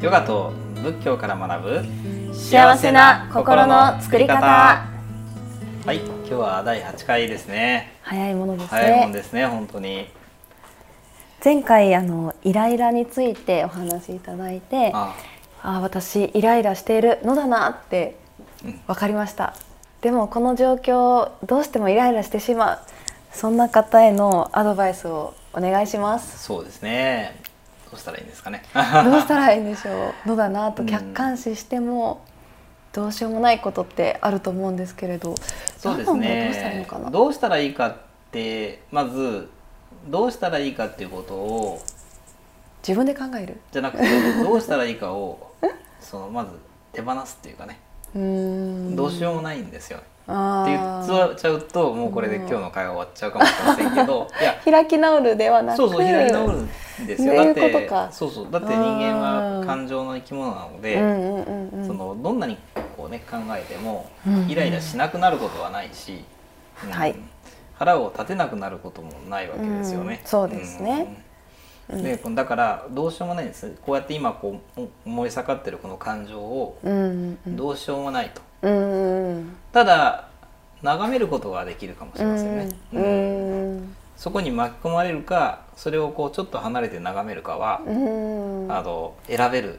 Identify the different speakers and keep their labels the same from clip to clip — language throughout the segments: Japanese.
Speaker 1: ヨガと仏教から学ぶ
Speaker 2: 幸せな心の作り方
Speaker 1: はい今日は第8回ですね
Speaker 2: 早いものです
Speaker 1: 早いもん
Speaker 2: ね
Speaker 1: ですね本当に
Speaker 2: 前回あのイライラについてお話しいただいてあ
Speaker 1: あ
Speaker 2: あ私イライラしているのだなって
Speaker 1: うん
Speaker 2: 分かりましたでもこの状況どうしてもイライラしてしまうそんな方へのアドバイスをお願いし ます
Speaker 1: そうですねどうしたらいいんです かね
Speaker 2: どうしたらいいんでしょうのだなと客観視してもどうしようもないことってあると思うんですけれど
Speaker 1: そうです
Speaker 2: どうしたらいいの
Speaker 1: ね
Speaker 2: かな
Speaker 1: どうしたらいいかってまずどうしたらいいかっていうことを
Speaker 2: 自分で考える
Speaker 1: じゃなく てどうしたらいいかをそのまず手放すっていうかね
Speaker 2: うーん
Speaker 1: どうしようもないんですよねって言
Speaker 2: あ
Speaker 1: っ
Speaker 2: ー
Speaker 1: ちゃうともうこれで今日の会話終わっちゃうかもしれませんけ どいや
Speaker 2: 開き直るではなく
Speaker 1: そうそう開き直るんですよ
Speaker 2: そうい
Speaker 1: だっ
Speaker 2: うこと
Speaker 1: て
Speaker 2: か
Speaker 1: そうそうだって人間
Speaker 2: あ
Speaker 1: は
Speaker 2: ー
Speaker 1: 感情の生き物なの
Speaker 2: う
Speaker 1: で、
Speaker 2: んうんうんうん
Speaker 1: そのどんなにこうね考えても
Speaker 2: うん
Speaker 1: イライラしなくなることはないし、うん
Speaker 2: はい
Speaker 1: 腹を立てなくなることもないわけですよね。
Speaker 2: うんそうですね
Speaker 1: うん
Speaker 2: うん
Speaker 1: でだからどうしようもないんですこうやって今こう思い盛ってるこの感情を
Speaker 2: うんうん
Speaker 1: どうしようもないと
Speaker 2: うんうん
Speaker 1: ただ眺めることができるかもし
Speaker 2: う
Speaker 1: れませんね
Speaker 2: ん、う
Speaker 1: うん
Speaker 2: ん
Speaker 1: そこに巻き込まれるかそれをこうちょっと離れて眺めるかは、
Speaker 2: うん
Speaker 1: あの選べる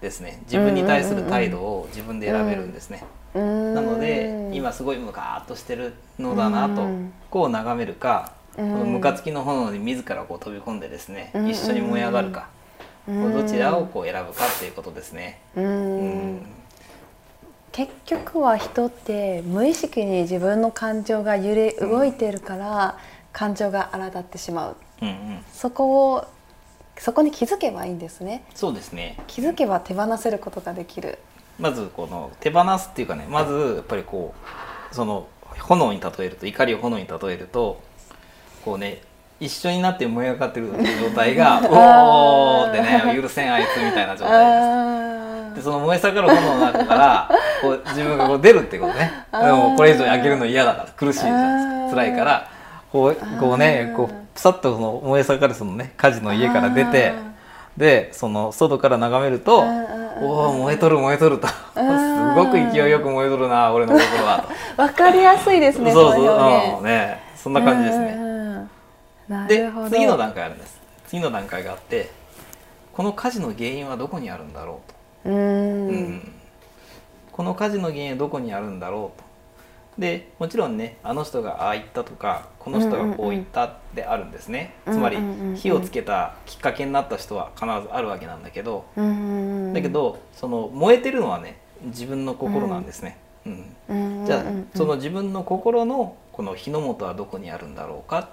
Speaker 1: ですね自分に対する態度を自分で選べるんですね、
Speaker 2: な
Speaker 1: なので今すごいムカーっとしてるのだなと、
Speaker 2: うん
Speaker 1: こう眺めるか、
Speaker 2: うん
Speaker 1: このムカつきの炎に自らこう飛び込んでですね、
Speaker 2: うん
Speaker 1: 一緒に燃え上がるか、こうどちらをこう選ぶかっていうことですね、うん
Speaker 2: 結局は人って無意識に自分の感情が揺れ動いてるから感情が荒立ってしまう
Speaker 1: うんうん
Speaker 2: そこをそこに気づけばいいんですね
Speaker 1: そうですね
Speaker 2: 気づけば手放せることができる
Speaker 1: まずこの手放すっていうかねまずやっぱりこうその炎に例えると怒りを炎に例えるとこうね一緒になって燃え上がってる状態が「おー!」ってね「許せんあいつ」みたいな状態です。でその燃え盛る炎の中からこう自分がこう出るってことね
Speaker 2: あ
Speaker 1: で
Speaker 2: ー
Speaker 1: もこれ以上に開けるの嫌だから苦しいじゃないですか
Speaker 2: あー
Speaker 1: 辛いからこうこうね
Speaker 2: あー
Speaker 1: こうさっとその燃え盛るそのね火事の家から出て
Speaker 2: あ
Speaker 1: でその外から眺めると
Speaker 2: うんうんうんうん
Speaker 1: おお燃えとる燃えとると す
Speaker 2: ん
Speaker 1: ごく勢いよく燃えとるな俺の心は
Speaker 2: わかりやす いで
Speaker 1: と
Speaker 2: すね
Speaker 1: そうそう
Speaker 2: の表現
Speaker 1: うんねそんな感じです
Speaker 2: う
Speaker 1: ね
Speaker 2: んうんうんな
Speaker 1: で
Speaker 2: るほど
Speaker 1: 次の段階あるんです次の段階があってこの火事の原因はどこにあるんだろうと
Speaker 2: うーん
Speaker 1: うんこの火事の原因はどこにあるんだろうとでもちろんねあの人がああ言ったとかこの人がこう言ったであるんですね、
Speaker 2: うんうんうん
Speaker 1: つ
Speaker 2: うんうんうん
Speaker 1: まり火をつけたきっかけになった人は必ずあるわけなんだけど、
Speaker 2: うんうんうん
Speaker 1: だけどその燃えてるのはね自分の心なんですね、うん
Speaker 2: うんうんうん
Speaker 1: じゃあその自分の心のこの火の元はどこにあるんだろうか、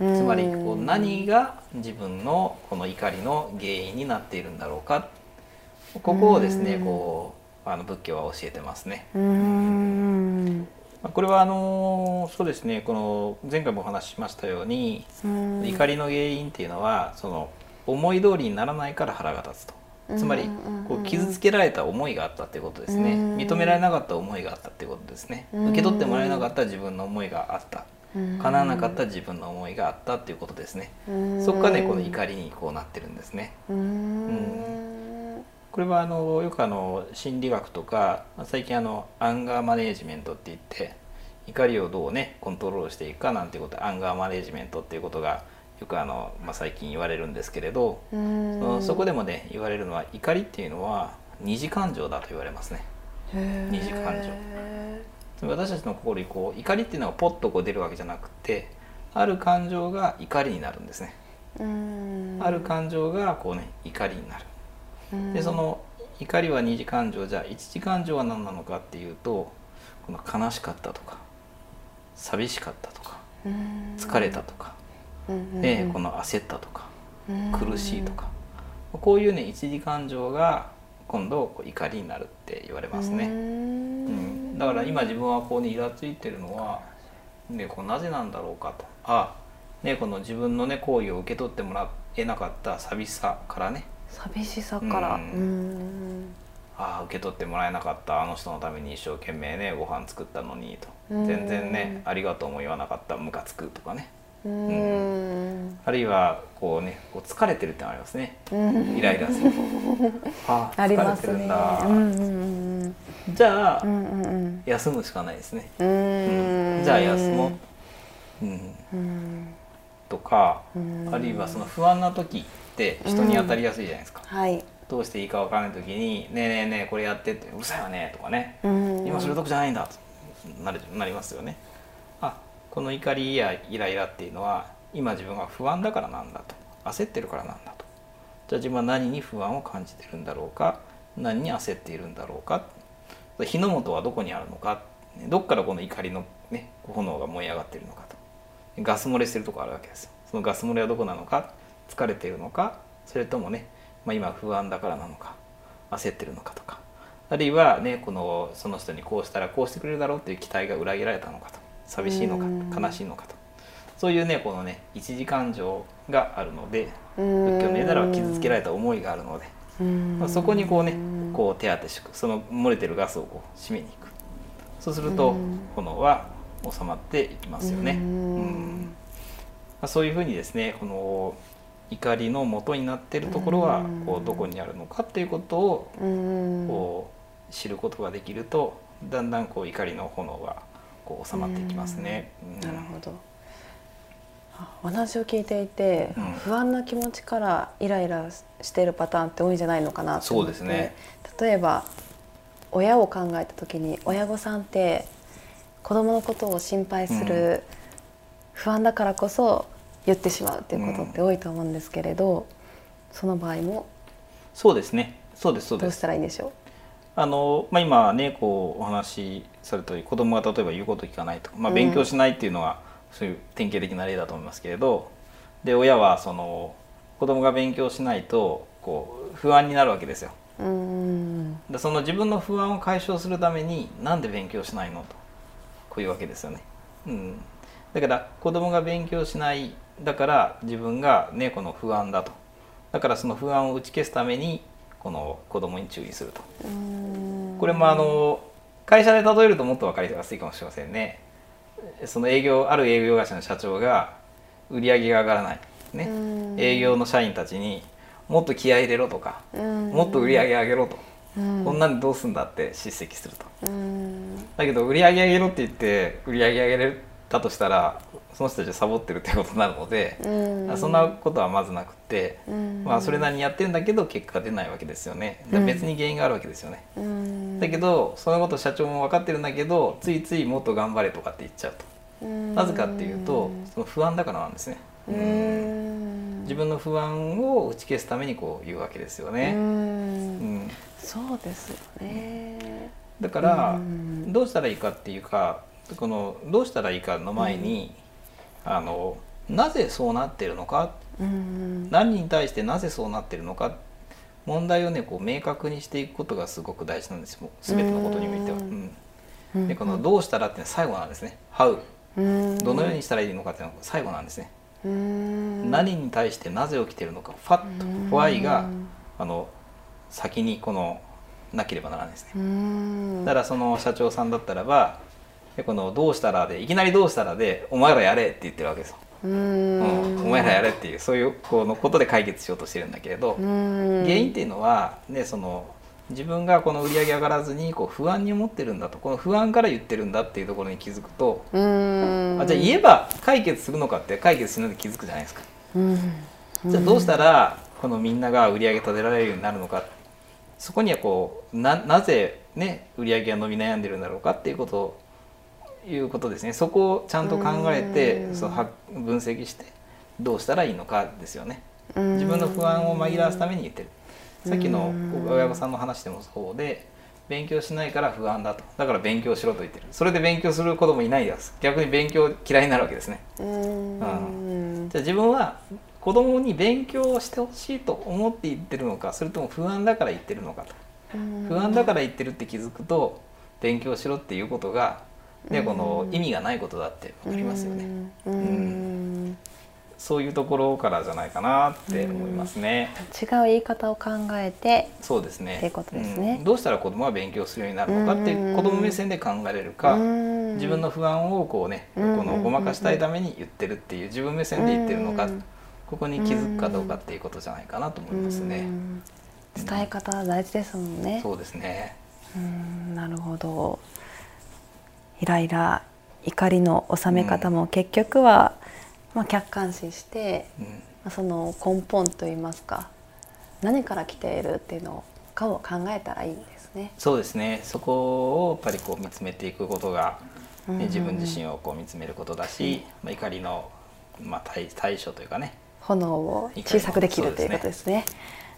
Speaker 1: うん、つまりこう何が自分のこの怒りの原因になっているんだろうかここをですね
Speaker 2: うん
Speaker 1: こうあの仏教は教えてますね。
Speaker 2: うんうん
Speaker 1: まあこれはあのそうですねこの前回もお話ししましたように
Speaker 2: うん
Speaker 1: 怒りの原因っていうのはその思い通りにならないから腹が立つとつまり
Speaker 2: うんうんうんうん
Speaker 1: こう傷つけられた思いがあったってことですね
Speaker 2: うん
Speaker 1: 認められなかった思いがあったってことですね
Speaker 2: うん
Speaker 1: 受け取ってもらえなかった自分の思いがあった
Speaker 2: うん
Speaker 1: 叶わなかった自分の思いがあったっていうことですね
Speaker 2: うん
Speaker 1: そこがねこの怒りにこうなってるんですね
Speaker 2: うーん
Speaker 1: これはあのよくあの心理学とか最近あのアンガーマネージメントって言って怒りをどうねコントロールしていくかなんてことアンガーマネージメントっていうことがよくあの、まあ、最近言われるんですけれど、
Speaker 2: うん
Speaker 1: そのそこでもね言われるのは怒りっていうのは二次感情だと言われますね
Speaker 2: へー
Speaker 1: 二次感情つまり私たちの心にこう怒りっていうのがポッとこう出るわけじゃなくてある感情が怒りになるんですね
Speaker 2: うん
Speaker 1: ある感情がこうね怒りになる
Speaker 2: うん
Speaker 1: でその怒りは二次感情じゃあ一次感情は何なのかっていうとこの悲しかったとか寂しかったとか
Speaker 2: うん
Speaker 1: 疲れたとか、
Speaker 2: うんうんうん
Speaker 1: でこの焦ったとか
Speaker 2: うん
Speaker 1: 苦しいとかこういうね一次感情が今度こう怒りになるって言われます
Speaker 2: う
Speaker 1: ね、
Speaker 2: ん
Speaker 1: うん、だから今自分はこうねイラついてるのは、ね、こうなぜなんだろうかとあ、ね、この自分のね行為を受け取ってもらえなかった寂しさからね
Speaker 2: 寂しさから
Speaker 1: うんああ受け取ってもらえなかったあの人のために一生懸命ねご飯作ったのにと
Speaker 2: うん
Speaker 1: 全然ねありがとうも言わなかったムカつくとかね
Speaker 2: ううーん
Speaker 1: あるいはこうねこう疲れてるってのもありますね
Speaker 2: うん
Speaker 1: イライラす るあ
Speaker 2: ありま
Speaker 1: 疲れ
Speaker 2: す
Speaker 1: てるん
Speaker 2: ね
Speaker 1: だ、
Speaker 2: うんうん
Speaker 1: じゃあ、
Speaker 2: うんうんうん
Speaker 1: 休むしかないですね、
Speaker 2: うんうーん
Speaker 1: じゃあ休もう、うん、
Speaker 2: うん
Speaker 1: とか
Speaker 2: うん
Speaker 1: あるいはその不安な時って人に当たりやすいじゃないですか、
Speaker 2: はい
Speaker 1: どうしていいか分からない時に「ねえねえねえこれやって」って「うるさいわね」とかね「
Speaker 2: 今
Speaker 1: 今それどこじゃないんだ」となるなりますよね。あこの怒りやイライラっていうのは今自分が不安だからなんだと焦ってるからなんだとじゃあ自分は何に不安を感じてるんだろうか何に焦っているんだろうか火の元はどこにあるのかどっからこの怒りの、ね、炎が燃え上がってるのかとガス漏れしてるとこあるわけですよそのガス漏れはどこなのか疲れてるのかそれともね、まあ、今不安だからなのか焦ってるのかとかあるいはねこのその人にこうしたらこうしてくれるだろうっていう期待が裏切られたのかと寂しいの
Speaker 2: うん
Speaker 1: か悲しいのかとそういうねこのね一時感情があるので仏
Speaker 2: 仏
Speaker 1: 教の絵ならは傷つけら
Speaker 2: れ
Speaker 1: れた思いがあるのでま
Speaker 2: ま
Speaker 1: あ、そこにこうねこう手当てしていくその漏れてるガスをこう締めに行くそうすると
Speaker 2: うん
Speaker 1: 炎は収まっていきますよね、
Speaker 2: う
Speaker 1: うんんまあ、そういうふうにですねこの怒りの元になっているところは
Speaker 2: うん
Speaker 1: こうどこにあるのかっていうことを
Speaker 2: うん
Speaker 1: こう知ることができるとだんだんこう怒りの炎はこう収まっていきますね。うん
Speaker 2: なるほどあお話を聞いていて、
Speaker 1: うん
Speaker 2: 不安な気持ちからイライラしてるパターンって多いんじゃないのかなと思って
Speaker 1: そうですね
Speaker 2: 例えば親を考えた時に親御さんって子供のことを心配する、不安だからこそ言ってしまうっていうことって多いと思うんですけれど、その場合も
Speaker 1: そうですねそうですそう
Speaker 2: ど
Speaker 1: で
Speaker 2: う
Speaker 1: す
Speaker 2: したらいいんでしょ
Speaker 1: あのまあ、今ねこうお話しされたように子供が例えば言うこと聞かないとか、まあ、
Speaker 2: うん
Speaker 1: 勉強しないっていうのはそういう典型的な例だと思いますけれどで親はその子供が勉強しないとこう不安になるわけですよ。
Speaker 2: う。うーん
Speaker 1: でその自分の不安を解消するためになんで勉強しないのとこういうわけですよね。うん、だから子供が勉強しないだから自分がねこの不安だとだからその不安を打ち消すためにこの子供に注意すると。
Speaker 2: うーん
Speaker 1: これもあの会社で例えるともっと分かりやすいかもしれませんねその営業ある営業会社の社長が売り上げが上がらない、
Speaker 2: う
Speaker 1: ね、
Speaker 2: ん
Speaker 1: 営業の社員たちにもっと気合い入れろとか
Speaker 2: うん
Speaker 1: もっと売り上げ上げろと、
Speaker 2: うん
Speaker 1: こんなんでどうすんだって叱責すると
Speaker 2: うん
Speaker 1: だけど売り上げ上げろって言って売り上げ上げれたとしたらその人たちはサボってるってことになるので、
Speaker 2: うん
Speaker 1: そんなことはまずなくって、
Speaker 2: うん
Speaker 1: まあ、それなりにやってるんだけど結果が出ないわけですよねだから別に原因があるわけですよね、
Speaker 2: うん
Speaker 1: だけどそのこと社長も分かってるんだけどついついもっと頑張れとかって言っちゃうとなぜかっていうとその不安だからなんですね、
Speaker 2: うーん
Speaker 1: 自分の不安を打ち消すためにこう言うわけですよ
Speaker 2: うー
Speaker 1: ね、うんん、
Speaker 2: そうですよね
Speaker 1: だから
Speaker 2: うん
Speaker 1: どうしたらいいかっていうかこのどうしたらいいかの前に、あのなぜそうなってるのか
Speaker 2: うん
Speaker 1: 何に対してなぜそうなってるのか問題をねこう明確にしていくことがすごく大事なんですよ全てのことにおいては、
Speaker 2: う
Speaker 1: うんん、でこの「どうしたら」って最後なんですね「How」
Speaker 2: うん
Speaker 1: どのようにしたらいいのかっていうのが最後なんですね、
Speaker 2: うん
Speaker 1: 何に対してなぜ起きてるのかファッと
Speaker 2: うん
Speaker 1: 「Why」があの先にこのなければならないですね
Speaker 2: うん
Speaker 1: だからその社長さんだったらばでこの「どうしたら」でいきなり「どうしたら」で「お前らやれ」って言ってるわけですよ、
Speaker 2: う
Speaker 1: うんんお前らやれっていうそういうこのことで解決しようとしてるんだけれど、
Speaker 2: うん
Speaker 1: 原因っていうのは、ね、その自分がこの売り上げ上がらずにこう不安に思ってるんだとこの不安から言ってるんだっていうところに気づくと
Speaker 2: うん
Speaker 1: あじゃあ言えば解決するのかって解決しないで気づくじゃないですか。
Speaker 2: うん
Speaker 1: じゃあどうしたらこのみんなが売り上げ立てられるようになるのかそこにはこうななぜ、ね、売り上げが伸び悩んでるんだろうかっていうことをいうことですねそこをちゃんと考え
Speaker 2: う
Speaker 1: て
Speaker 2: ん
Speaker 1: そのは分析してどうしたらいいのかですよね。
Speaker 2: うん
Speaker 1: 自分の不安を紛らわすために言ってるさっきの
Speaker 2: うん
Speaker 1: 親御さんの話でもそうで勉強しないから不安だとだから勉強しろと言ってるそれで勉強する子供いないです逆に勉強嫌いになるわけですね
Speaker 2: うんうん
Speaker 1: じゃあ自分は子供に勉強をしてほしいと思って言ってるのかそれとも不安だから言ってるのかと不安だから言ってるって気づくと勉強しろっていうことが、ね、この意味がないことだって分かりますよね
Speaker 2: うんうん
Speaker 1: そういうところからじゃないかなって思いますね。
Speaker 2: 違う言い方を考えて
Speaker 1: そうですね
Speaker 2: っていうことですね
Speaker 1: うんどうしたら子供は勉強するようになるのかって
Speaker 2: うんうんうん
Speaker 1: 子供目線で考えれるか
Speaker 2: うん
Speaker 1: 自分の不安をこうねこ
Speaker 2: うんうんうんうん
Speaker 1: のごまかしたいために言ってるっていう自分目線で言ってるのか
Speaker 2: うん
Speaker 1: ここに気づくかどうかっていうことじゃないかなと思います
Speaker 2: う
Speaker 1: ね。
Speaker 2: ん伝え方は大事ですもんね
Speaker 1: そうですね
Speaker 2: うんなるほどイライラ怒りの収め方も結局は、まあ、客観視して、
Speaker 1: うん
Speaker 2: まあ、その根本といいますか何から来ているっていうのかを考えたらいいんですね。
Speaker 1: そうですねそこをやっぱりこう見つめていくことが、ね
Speaker 2: うんうんうん
Speaker 1: 自分自身をこう見つめることだし、まあ、怒りの、まあ、対対処というかね
Speaker 2: 炎を小さくできるということですね。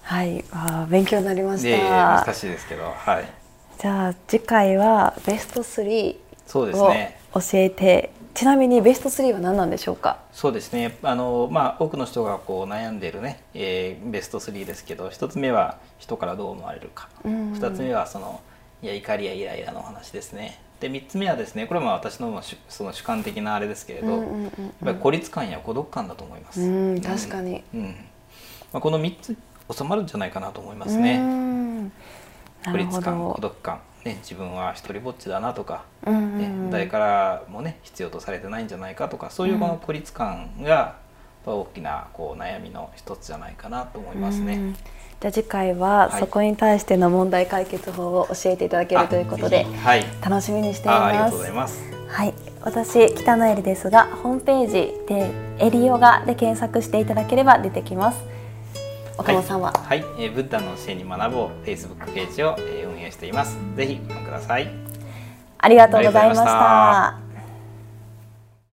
Speaker 2: はい、あー勉強になりまし
Speaker 1: で
Speaker 2: た。
Speaker 1: 難しいですけどはい
Speaker 2: じゃあ次回はベスト3
Speaker 1: そうです
Speaker 2: を
Speaker 1: ね
Speaker 2: 教えて、ちなみにベスト3は何なんでしょうか。
Speaker 1: そうですねあの、まあ、多くの人がこう悩んでいるね、えーベスト3ですけど1つ目は人からどう思われるか、
Speaker 2: うん
Speaker 1: 2つ目はそのいや怒りやイライラのお話ですねで3つ目はですねこれはまあ私のもう主その主観的なあれですけれど、
Speaker 2: うんうんうんうん
Speaker 1: やっぱり孤立感や孤独感だと思います。
Speaker 2: うん確かに
Speaker 1: うんまあ、この3つ収まるんじゃないかなと思いますね。
Speaker 2: うんな
Speaker 1: 孤
Speaker 2: る
Speaker 1: 立
Speaker 2: ほ
Speaker 1: 感孤
Speaker 2: ど。
Speaker 1: 独感、ね、自分は一人ぼっちだなとか、
Speaker 2: うんうん
Speaker 1: ね
Speaker 2: うん
Speaker 1: 誰からもね必要とされてないんじゃないかとかそういうこの孤立感がやっぱ大きなこう悩みの一つじゃないかなと思いますね。
Speaker 2: うんじゃあ次回は
Speaker 1: はい
Speaker 2: そこに対しての問題解決法を教えていただけ
Speaker 1: あ
Speaker 2: るということで
Speaker 1: ぜひはい、
Speaker 2: 楽しみにしてい
Speaker 1: ああり
Speaker 2: ま
Speaker 1: が
Speaker 2: す
Speaker 1: とうございます。
Speaker 2: はい私北野エリですがホームページでエリヨガで検索していただければ出てきます岡本さんは、
Speaker 1: はい、はいえーブッダの教えに学ぼう Facebook ページを、えー運営しています。ぜひご覧ください。
Speaker 2: ありがとうございまし
Speaker 1: ありがとうございました